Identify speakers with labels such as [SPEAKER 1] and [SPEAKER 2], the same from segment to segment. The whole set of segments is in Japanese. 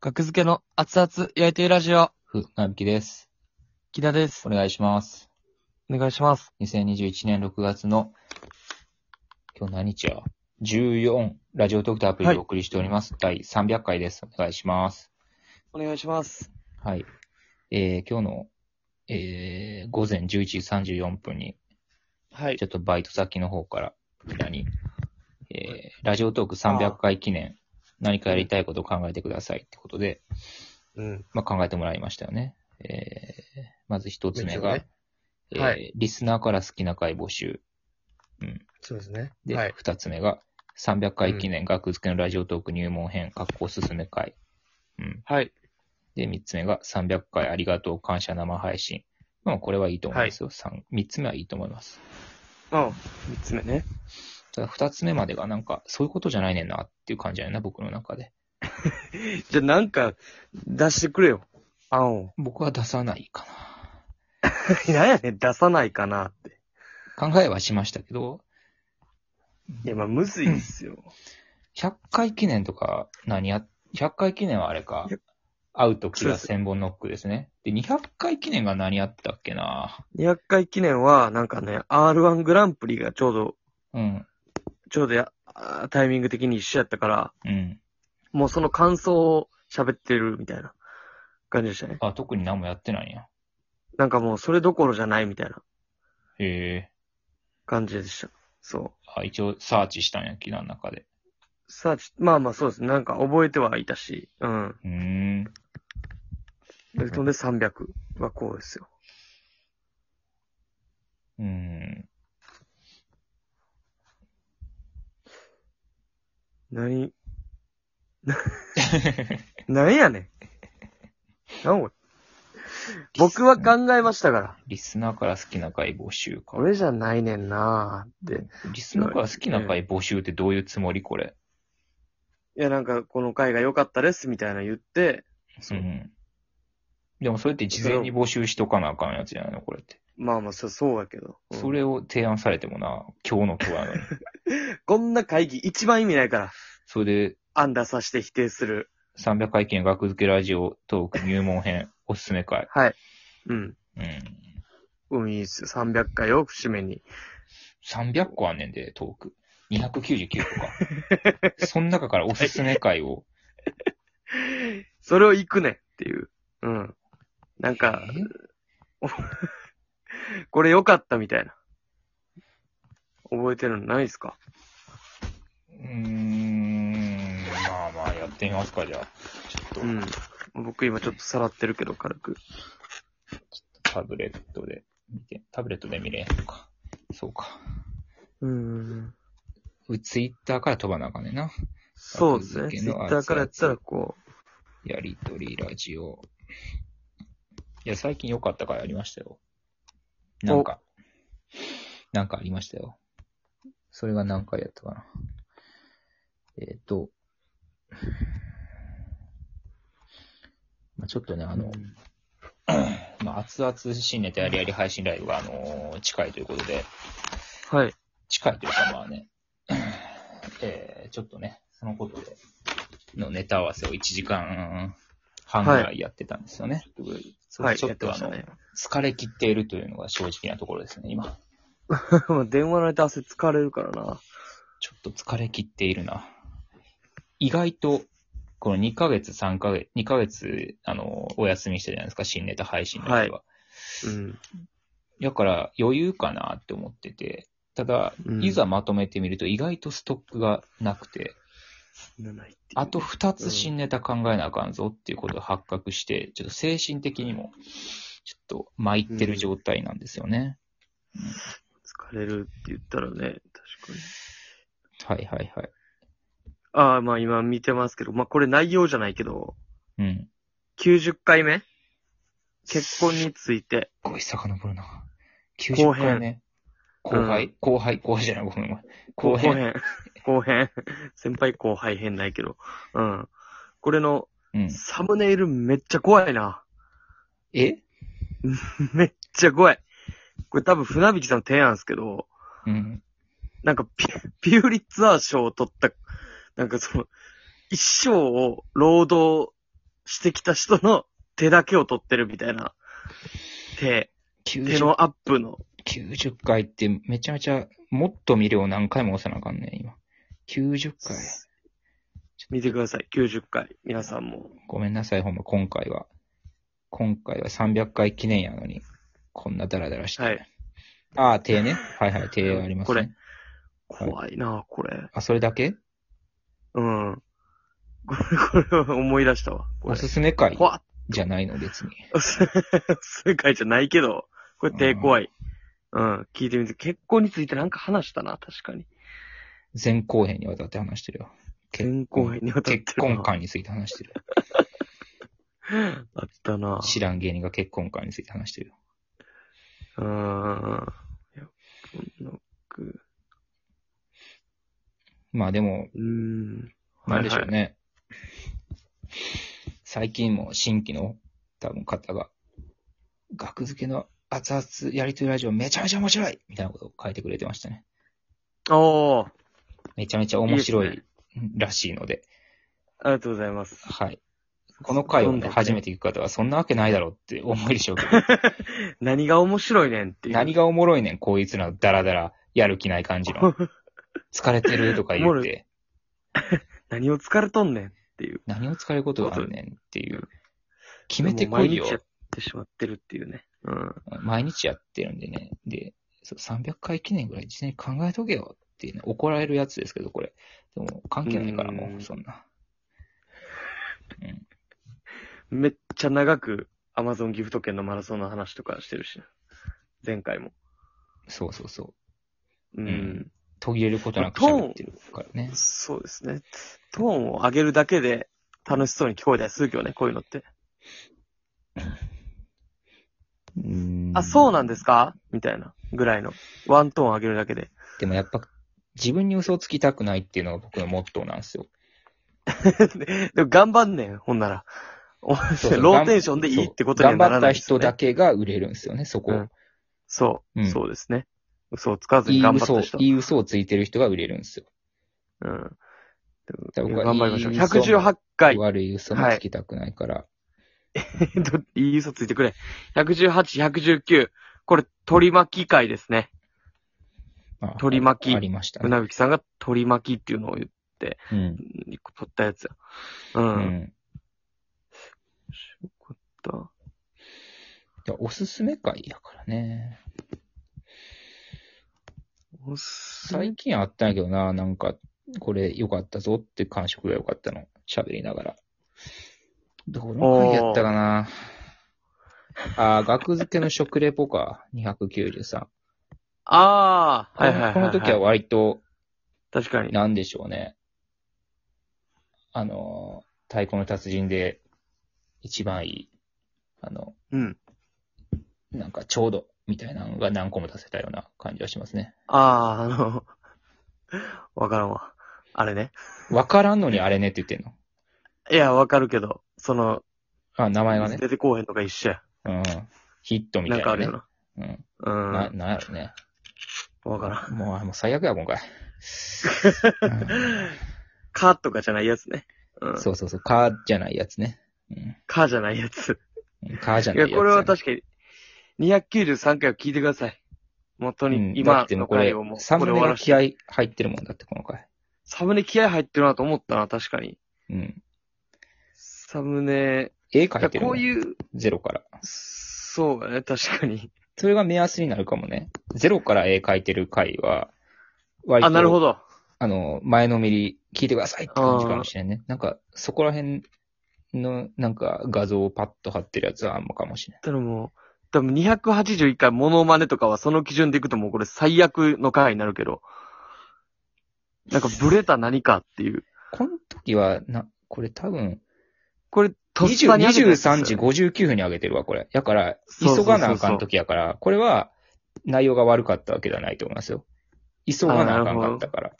[SPEAKER 1] 学付けの熱々焼いてるラジオ、
[SPEAKER 2] ふ、なびきです。
[SPEAKER 1] 木田です
[SPEAKER 2] お。願いします。
[SPEAKER 1] お願いします。
[SPEAKER 2] 2021年6月の、今日何日や ?14、ラジオトークとアプリ
[SPEAKER 1] はい
[SPEAKER 2] でお送りしております。第300回です。お願いします。
[SPEAKER 1] お願いします。
[SPEAKER 2] はい。えー、今日の、えー、午前11時34分に、
[SPEAKER 1] はい
[SPEAKER 2] ち。ょっとバイト先の方から、こちらに、えー、ラジオトーク300回記念、何かやりたいことを考えてくださいってことで、
[SPEAKER 1] うん。
[SPEAKER 2] まあ、考えてもらいましたよね。えー、まず一つ目が、
[SPEAKER 1] 一応ね
[SPEAKER 2] えー
[SPEAKER 1] はい
[SPEAKER 2] リスナーから好きな回募集。
[SPEAKER 1] そうですね。
[SPEAKER 2] で、二、。つ目が、300回記念学付けのラジオトーク入門編、格好おすすめ会。うん。
[SPEAKER 1] はい。
[SPEAKER 2] で、三つ目が、300回ありがとう感謝生配信。まあ、これはいいと思いますよ。三、三つ目はいいと思います。
[SPEAKER 1] うん。三つ目ね。
[SPEAKER 2] ただ、二つ目までがなんか、そういうことじゃないねんなっていう感じだよな、僕の中で。
[SPEAKER 1] じゃあなんか、出してくれよ。案を。
[SPEAKER 2] 僕は出さないか
[SPEAKER 1] なんやねん、出さないかなって。
[SPEAKER 2] な。考えはしましたけど、
[SPEAKER 1] いや、まあ、むずいっすよ。
[SPEAKER 2] 100回記念とか、何や、100回記念はあれか、アウトキラ千本ノックですね。で、200回記念が何やったっけな
[SPEAKER 1] 200回記念は、なんかね、R1 グランプリがちょうど、
[SPEAKER 2] うん、
[SPEAKER 1] ちょうどや、あータイミング的に一緒やったから、
[SPEAKER 2] うん。
[SPEAKER 1] もうその感想を喋ってるみたいな感じでしたね。
[SPEAKER 2] あ、特に何もやってないんや。
[SPEAKER 1] なんかもうそれどころじゃないみたいな
[SPEAKER 2] へえ。
[SPEAKER 1] 感じでした。そう。
[SPEAKER 2] あ、一応、サーチしたんや、木の中で。
[SPEAKER 1] さあ、ちまあまあそうですね。なんか覚えてはいたし、うん。
[SPEAKER 2] うーん。
[SPEAKER 1] で、そんで300はこうですよ。
[SPEAKER 2] うーん。
[SPEAKER 1] 何、 何やねん。何俺。僕は考えましたから。
[SPEAKER 2] リスナーから好きな回募集か。
[SPEAKER 1] 俺じゃないねんなーって。
[SPEAKER 2] リスナーから好きな回募集ってどういうつもりこれ。
[SPEAKER 1] いや、なんかこの回が良かったですみたいな言って、
[SPEAKER 2] う。
[SPEAKER 1] そうん
[SPEAKER 2] でもそれって事前に募集しとかなあかんやつじゃないの、これって。
[SPEAKER 1] まあまあそそうやけど。うん
[SPEAKER 2] それを提案されてもな、今日の今 日やのに。
[SPEAKER 1] こんな会議一番意味ないから。
[SPEAKER 2] それで、
[SPEAKER 1] アンダーさせて否定する。
[SPEAKER 2] 300回記念学付けラジオトーク入門編、おすすめ会。
[SPEAKER 1] はい。うん。
[SPEAKER 2] うん。
[SPEAKER 1] うん、いいっすよ。300回を節目に。
[SPEAKER 2] 300個あんねんで、トーク。299個か。 その中からおすすめ会を。
[SPEAKER 1] それを行くねっていう。うん。なんか、
[SPEAKER 2] え
[SPEAKER 1] これ良かったみたいな。覚えてるのないですか
[SPEAKER 2] うーん。まあまあ、やってみますか、じゃあ。ちょ
[SPEAKER 1] う
[SPEAKER 2] っ
[SPEAKER 1] ん。僕今ちょっとさらってるけど、軽く。
[SPEAKER 2] と、タブレットで見て、タブレットで見れんのか。そうか。
[SPEAKER 1] うん。
[SPEAKER 2] ツイッターから飛ばなあかんねんな。
[SPEAKER 1] そうですね。
[SPEAKER 2] 格付
[SPEAKER 1] ツ
[SPEAKER 2] け
[SPEAKER 1] イ
[SPEAKER 2] の
[SPEAKER 1] ッターからやったらこ
[SPEAKER 2] やりとりラジオ。いや、最近良かったからありましたよ。なんか、なんかありましたよ。それが何回やったかな。えっ、と、まあ、ちょっとね、あの、まあ、熱々新ネタやりやり配信ライブが、あのー近いということで、
[SPEAKER 1] う。はい。
[SPEAKER 2] 近いというかまあね、 えーちょっとね、そのことで、のネタ合わせを1時間半ぐらいやってたんですよね。それ
[SPEAKER 1] はい。
[SPEAKER 2] ちょ
[SPEAKER 1] や
[SPEAKER 2] ってと
[SPEAKER 1] ま
[SPEAKER 2] あ
[SPEAKER 1] した
[SPEAKER 2] の、
[SPEAKER 1] ね。
[SPEAKER 2] 疲れ切っているというのが正直なところですね、今。
[SPEAKER 1] 電話のネタ汗疲れるからな。
[SPEAKER 2] ちょっと疲れ切っているな。意外と、この2ヶ月、3ヶ月、2ヶ月、あの、お休みしてたじゃないですか、新ネタ配信の時は。
[SPEAKER 1] はうん。
[SPEAKER 2] だから余裕かなって思ってて、ただ
[SPEAKER 1] う、ん
[SPEAKER 2] いざまとめてみると意外とストックがなくて、
[SPEAKER 1] ないっていう
[SPEAKER 2] あと、二つ新ネタ考えなあかんぞっていうことを発覚して、ちょっと精神的にも、ちょっと参ってる状態なんですよね。
[SPEAKER 1] 疲れるって言ったらね、確かに。
[SPEAKER 2] はいはいはい。
[SPEAKER 1] ああ、まあ今見てますけど、まあこれ内容じゃないけど、
[SPEAKER 2] うん。
[SPEAKER 1] 90回目結婚について。
[SPEAKER 2] すっごい遡るな。
[SPEAKER 1] 後
[SPEAKER 2] 90
[SPEAKER 1] 編
[SPEAKER 2] 回ね。後輩、後輩後輩じゃない、ごめんごめん。後
[SPEAKER 1] 後
[SPEAKER 2] 編。
[SPEAKER 1] 編。後編。 先輩後輩編ないけど。うん。これの
[SPEAKER 2] うん。
[SPEAKER 1] サムネイルめっちゃ怖いな。
[SPEAKER 2] え
[SPEAKER 1] めっちゃ怖い。これ多分船引さんの提案ですけど、
[SPEAKER 2] うん。
[SPEAKER 1] なんかピピューリッツァー賞を取った、なんかその、一生を労働してきた人の手だけを取ってるみたいな。手、手
[SPEAKER 2] 90,
[SPEAKER 1] のアップの。
[SPEAKER 2] 90回ってめちゃめちゃ、もっと見るを何回も押さなあかんねん、今。90回。
[SPEAKER 1] 見てください。90回。皆さんも。
[SPEAKER 2] ごめんなさい、ほんま、今回は。今回は300回記念やのに、こんなダラダラして。
[SPEAKER 1] はい
[SPEAKER 2] ああ、手ね。はいはい、手ありますね。
[SPEAKER 1] これ怖いなこれ。
[SPEAKER 2] あ、それだけ
[SPEAKER 1] うん。 これ、これは思い出したわ。こ
[SPEAKER 2] お
[SPEAKER 1] れ
[SPEAKER 2] すすめ会
[SPEAKER 1] 怖っ。
[SPEAKER 2] じゃないの、別に。
[SPEAKER 1] 世界じゃないけど、これ手怖い。うん、聞いてみて。結婚についてなんか話したな、確かに。
[SPEAKER 2] 前後編にわたって話してるよ。
[SPEAKER 1] 前後編にわたってるな
[SPEAKER 2] 結婚観について話してる。
[SPEAKER 1] あったな
[SPEAKER 2] 知らん芸人が結婚観について話してるよ。
[SPEAKER 1] うーん。いやこんなく
[SPEAKER 2] まあでも、
[SPEAKER 1] うーん。
[SPEAKER 2] なんでしょう
[SPEAKER 1] はい
[SPEAKER 2] ね。最近も新規の多分方が、学付けの熱々やりとりラジオめちゃめちゃ面白いみたいなことを書いてくれてましたね。
[SPEAKER 1] おー、
[SPEAKER 2] めちゃめちゃ面白
[SPEAKER 1] いい
[SPEAKER 2] いらしいので、
[SPEAKER 1] ありがとうございます。
[SPEAKER 2] はい。この回を、
[SPEAKER 1] どんど
[SPEAKER 2] ね、
[SPEAKER 1] ん
[SPEAKER 2] 初めて聞く方は、そんなわけないだろうって思うでし ょうけど、
[SPEAKER 1] 何が面白いねんっていう。
[SPEAKER 2] 何がおもろいねん、こいつらダラダラ、やる気ない感じ の。疲れてるとか言
[SPEAKER 1] おも
[SPEAKER 2] っ
[SPEAKER 1] ろ
[SPEAKER 2] て、
[SPEAKER 1] 何を疲れとんねんっていう。
[SPEAKER 2] 何を疲れることがあんねんっていう。決めて
[SPEAKER 1] でも
[SPEAKER 2] こいよ
[SPEAKER 1] 毎日。やってしまってるっていうね。うん。
[SPEAKER 2] 毎日やってるんでね。で、そう300回記念ぐらい事前に考えとけよっていうね、怒られるやつですけど、これ。でも、関係ないから
[SPEAKER 1] う
[SPEAKER 2] も
[SPEAKER 1] ーん
[SPEAKER 2] う、そんな。
[SPEAKER 1] めっちゃ長く Amazon ギフト券のマラソンの話とかしてるしな。前回も。
[SPEAKER 2] そうそうそう。
[SPEAKER 1] うん。
[SPEAKER 2] うん途切れることなく喋ってるからね。。
[SPEAKER 1] そうですね。トーンを上げるだけで楽しそうに聞こえたりするけどね、こういうのって。あ、そうなんですすかみたいなぐらいの。ワントーン上げるだけで。
[SPEAKER 2] でもやっぱ、自分に嘘をつきたくないっていうのが僕のモットーなんですよ。
[SPEAKER 1] でも頑張んねん、ほんなら。お前
[SPEAKER 2] そうそ う
[SPEAKER 1] ローテーションでいいってことにはならない、です
[SPEAKER 2] そう頑張った人だ
[SPEAKER 1] け。
[SPEAKER 2] けが売れるんですよね、そこ。
[SPEAKER 1] うんそう、
[SPEAKER 2] うん
[SPEAKER 1] そうですね。嘘をつかず
[SPEAKER 2] い
[SPEAKER 1] に
[SPEAKER 2] い
[SPEAKER 1] 頑張っ
[SPEAKER 2] 嘘
[SPEAKER 1] た
[SPEAKER 2] を、
[SPEAKER 1] 人。
[SPEAKER 2] いい嘘をついてる人が売れるんですよ。
[SPEAKER 1] うん。
[SPEAKER 2] だから僕は
[SPEAKER 1] 頑張りましょう。
[SPEAKER 2] いい嘘も
[SPEAKER 1] 118回。
[SPEAKER 2] 悪い嘘もつきたくないから。
[SPEAKER 1] どいい嘘ついてくれ。118、119。これ、取り巻き回ですね。
[SPEAKER 2] まあ
[SPEAKER 1] 取り巻き
[SPEAKER 2] ありました
[SPEAKER 1] う
[SPEAKER 2] ね。
[SPEAKER 1] なびきさんが取り巻きっていうのを言っ
[SPEAKER 2] うん。
[SPEAKER 1] 取ったやつや。う。
[SPEAKER 2] うんん。
[SPEAKER 1] よかった。
[SPEAKER 2] いやおすすめ会やからね。
[SPEAKER 1] おっさい
[SPEAKER 2] 最近あったんやけどな、なんか、これ良かったぞって感触が良かったの。喋りながら。どの回やったかな。ああ、学付けの食レポか。293。
[SPEAKER 1] あ あ、はいはいはい、はい。
[SPEAKER 2] この時は割と、
[SPEAKER 1] 確かに。
[SPEAKER 2] なんでしょうね。あの、太鼓の達人で一番いい、あの、
[SPEAKER 1] うん。
[SPEAKER 2] なんかちょうどみたいなのが何個も出せたような感じはしますね。
[SPEAKER 1] ああ、あの、 わからんわ。あれね。
[SPEAKER 2] わからんのにあれねって言ってんの。
[SPEAKER 1] いや、わかるけど、その、
[SPEAKER 2] あ、名前がね。
[SPEAKER 1] 出てこうへんのが一緒や。
[SPEAKER 2] うん。ヒットみた
[SPEAKER 1] ないんか
[SPEAKER 2] な、
[SPEAKER 1] あるよ。
[SPEAKER 2] ね
[SPEAKER 1] な。
[SPEAKER 2] うん。
[SPEAKER 1] う
[SPEAKER 2] な、
[SPEAKER 1] ん。
[SPEAKER 2] なんやろね。
[SPEAKER 1] わからん。
[SPEAKER 2] もう、あもう最悪 や、今回。うん
[SPEAKER 1] かとかじゃないやつね。うん。
[SPEAKER 2] そうそうそう。かじゃないやつね。
[SPEAKER 1] かじゃないやつ。
[SPEAKER 2] うん。かじゃ
[SPEAKER 1] い
[SPEAKER 2] ない
[SPEAKER 1] や、
[SPEAKER 2] やつ、ね。
[SPEAKER 1] これは確かに、293回を聞いてください。もうと
[SPEAKER 2] う
[SPEAKER 1] に、
[SPEAKER 2] んだ
[SPEAKER 1] 今
[SPEAKER 2] ってもう
[SPEAKER 1] の
[SPEAKER 2] これ
[SPEAKER 1] 回をもう、、
[SPEAKER 2] サム
[SPEAKER 1] これ
[SPEAKER 2] ネ
[SPEAKER 1] 終わ
[SPEAKER 2] が
[SPEAKER 1] らし
[SPEAKER 2] 気合入ってるもんだって、この回。
[SPEAKER 1] サムネ気合入ってるなと思ったな、確かに。
[SPEAKER 2] うん。
[SPEAKER 1] サムネ、
[SPEAKER 2] 絵
[SPEAKER 1] い
[SPEAKER 2] 描い
[SPEAKER 1] や
[SPEAKER 2] てる
[SPEAKER 1] こ
[SPEAKER 2] も。
[SPEAKER 1] うんいう、
[SPEAKER 2] ゼロから。
[SPEAKER 1] そうね、確かに。
[SPEAKER 2] それが目安になるかもね。ゼロから絵描いてる回は、割と、
[SPEAKER 1] あ、なるほど。
[SPEAKER 2] あの、前のめり聞いてくださいって感じかもしれんね。なんか、そこら辺の、なんか、画像をパッと貼ってるやつはあんまかもしれん。
[SPEAKER 1] ただもう、多分281回モノマネとかはその基準でいくともうこれ最悪の回になるけど、なんかブレた何かっていう。
[SPEAKER 2] この時は、な、これ多分、
[SPEAKER 1] これ、とっさに
[SPEAKER 2] 20
[SPEAKER 1] 上げたやつですよ
[SPEAKER 2] 23時59分に上げてるわ、これ。だから、
[SPEAKER 1] そうそうそうそ
[SPEAKER 2] 急
[SPEAKER 1] う
[SPEAKER 2] がなあかん時やから、これは、内容が悪かったわけではないと思いますよ。急がなあかんかったから。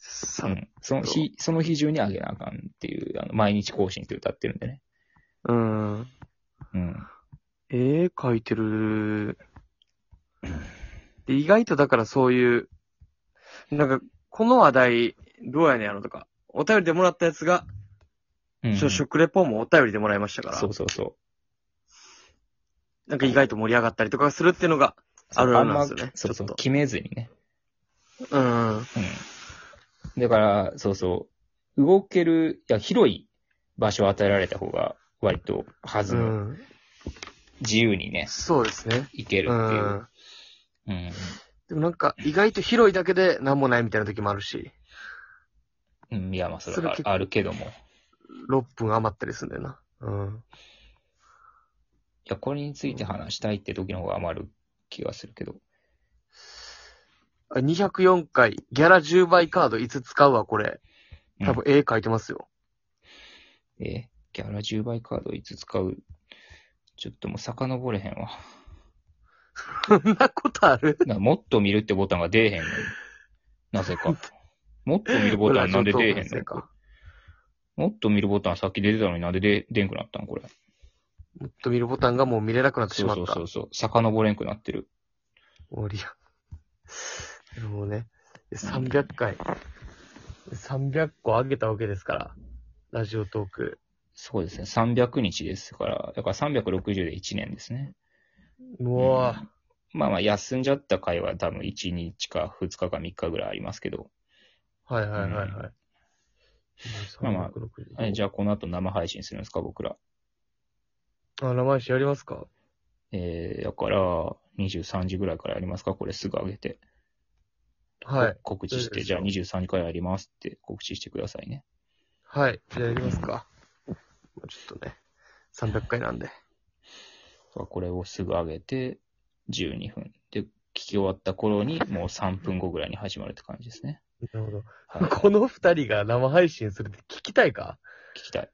[SPEAKER 1] さ
[SPEAKER 2] うん。その日、その日中に上げなあかんっていう、あの、毎日更新って歌ってるんでね。
[SPEAKER 1] うん。
[SPEAKER 2] うん。
[SPEAKER 1] ええ書いてる。で意外とだからそういう、なんか、この話題、どうやねんやろとか、お便りでもらったやつが、
[SPEAKER 2] うん
[SPEAKER 1] ちょ食レポもお便りでもらいましたから、
[SPEAKER 2] そうそうそう。
[SPEAKER 1] なんか意外と盛り上がったりとかするっていうのが、あるあるなんですよね
[SPEAKER 2] あんまそう
[SPEAKER 1] ち
[SPEAKER 2] そ
[SPEAKER 1] ょ
[SPEAKER 2] う
[SPEAKER 1] っと、
[SPEAKER 2] 決めずにね。
[SPEAKER 1] うん。
[SPEAKER 2] うん。だから、そうそう、動ける、いや、広い場所を与えられた方が、割と弾
[SPEAKER 1] う
[SPEAKER 2] む、
[SPEAKER 1] ん。
[SPEAKER 2] 自由にね、
[SPEAKER 1] そうですね。
[SPEAKER 2] いけるっ
[SPEAKER 1] う
[SPEAKER 2] ていう。
[SPEAKER 1] ん。
[SPEAKER 2] うん。
[SPEAKER 1] でもなんか、意外と広いだけで何もないみたいな時もあるし、
[SPEAKER 2] うん、いや、まあ、そ
[SPEAKER 1] そ
[SPEAKER 2] れ
[SPEAKER 1] れ
[SPEAKER 2] は
[SPEAKER 1] 結構
[SPEAKER 2] あるけども。い
[SPEAKER 1] 6分余ったりするんだよな。うん。
[SPEAKER 2] や、これについて話したいって時の方が余る気がするけど。
[SPEAKER 1] あ204回、ギャラ10倍カードいつ使うわ、これ。多分絵描いてますよ。
[SPEAKER 2] え、ギャラ10倍カードいつ使うちょっともう遡れへんわ。
[SPEAKER 1] そんなことある
[SPEAKER 2] なもっと見るってボタンが出えへんのになぜか。もっと見るボタンなんで出えへんの
[SPEAKER 1] か。
[SPEAKER 2] もっと見るボタンさっき出てたのになんで出出んくなったんこれ。
[SPEAKER 1] もっと見るボタンがもう見れなくなってし
[SPEAKER 2] そう
[SPEAKER 1] まった。
[SPEAKER 2] そうそうそう。遡れんくなってる。
[SPEAKER 1] 終わりや。でもね、300回、300個あげたわけですから、ラジオトーク。
[SPEAKER 2] そうですね。300日ですから、だから360で1年ですね。
[SPEAKER 1] うわぁ、
[SPEAKER 2] まあまあ、休んじゃった回は多分1日か2日か3日ぐらいありますけど。
[SPEAKER 1] はいはいはいはい。
[SPEAKER 2] まあまあ
[SPEAKER 1] 360
[SPEAKER 2] えじゃあこの後生配信するんですか、僕ら。
[SPEAKER 1] あ、生配信やりますか
[SPEAKER 2] えー、だから、23時ぐらいからやりますかこれすぐ上げて。
[SPEAKER 1] はい。
[SPEAKER 2] こ告知し
[SPEAKER 1] そうで
[SPEAKER 2] て、
[SPEAKER 1] す
[SPEAKER 2] じゃ
[SPEAKER 1] よ
[SPEAKER 2] あ23時からやりますって告知してくださいね。
[SPEAKER 1] はい。じゃあやりますか。もうちょっとね、300回なんで。
[SPEAKER 2] だからこれをすぐ上げて、12分。で、聞き終わった頃に、もう3分後ぐらいに始まるって感じですね。
[SPEAKER 1] なるほど。
[SPEAKER 2] はい。
[SPEAKER 1] この二人が生配信するって聞きたいか
[SPEAKER 2] 聞きたい。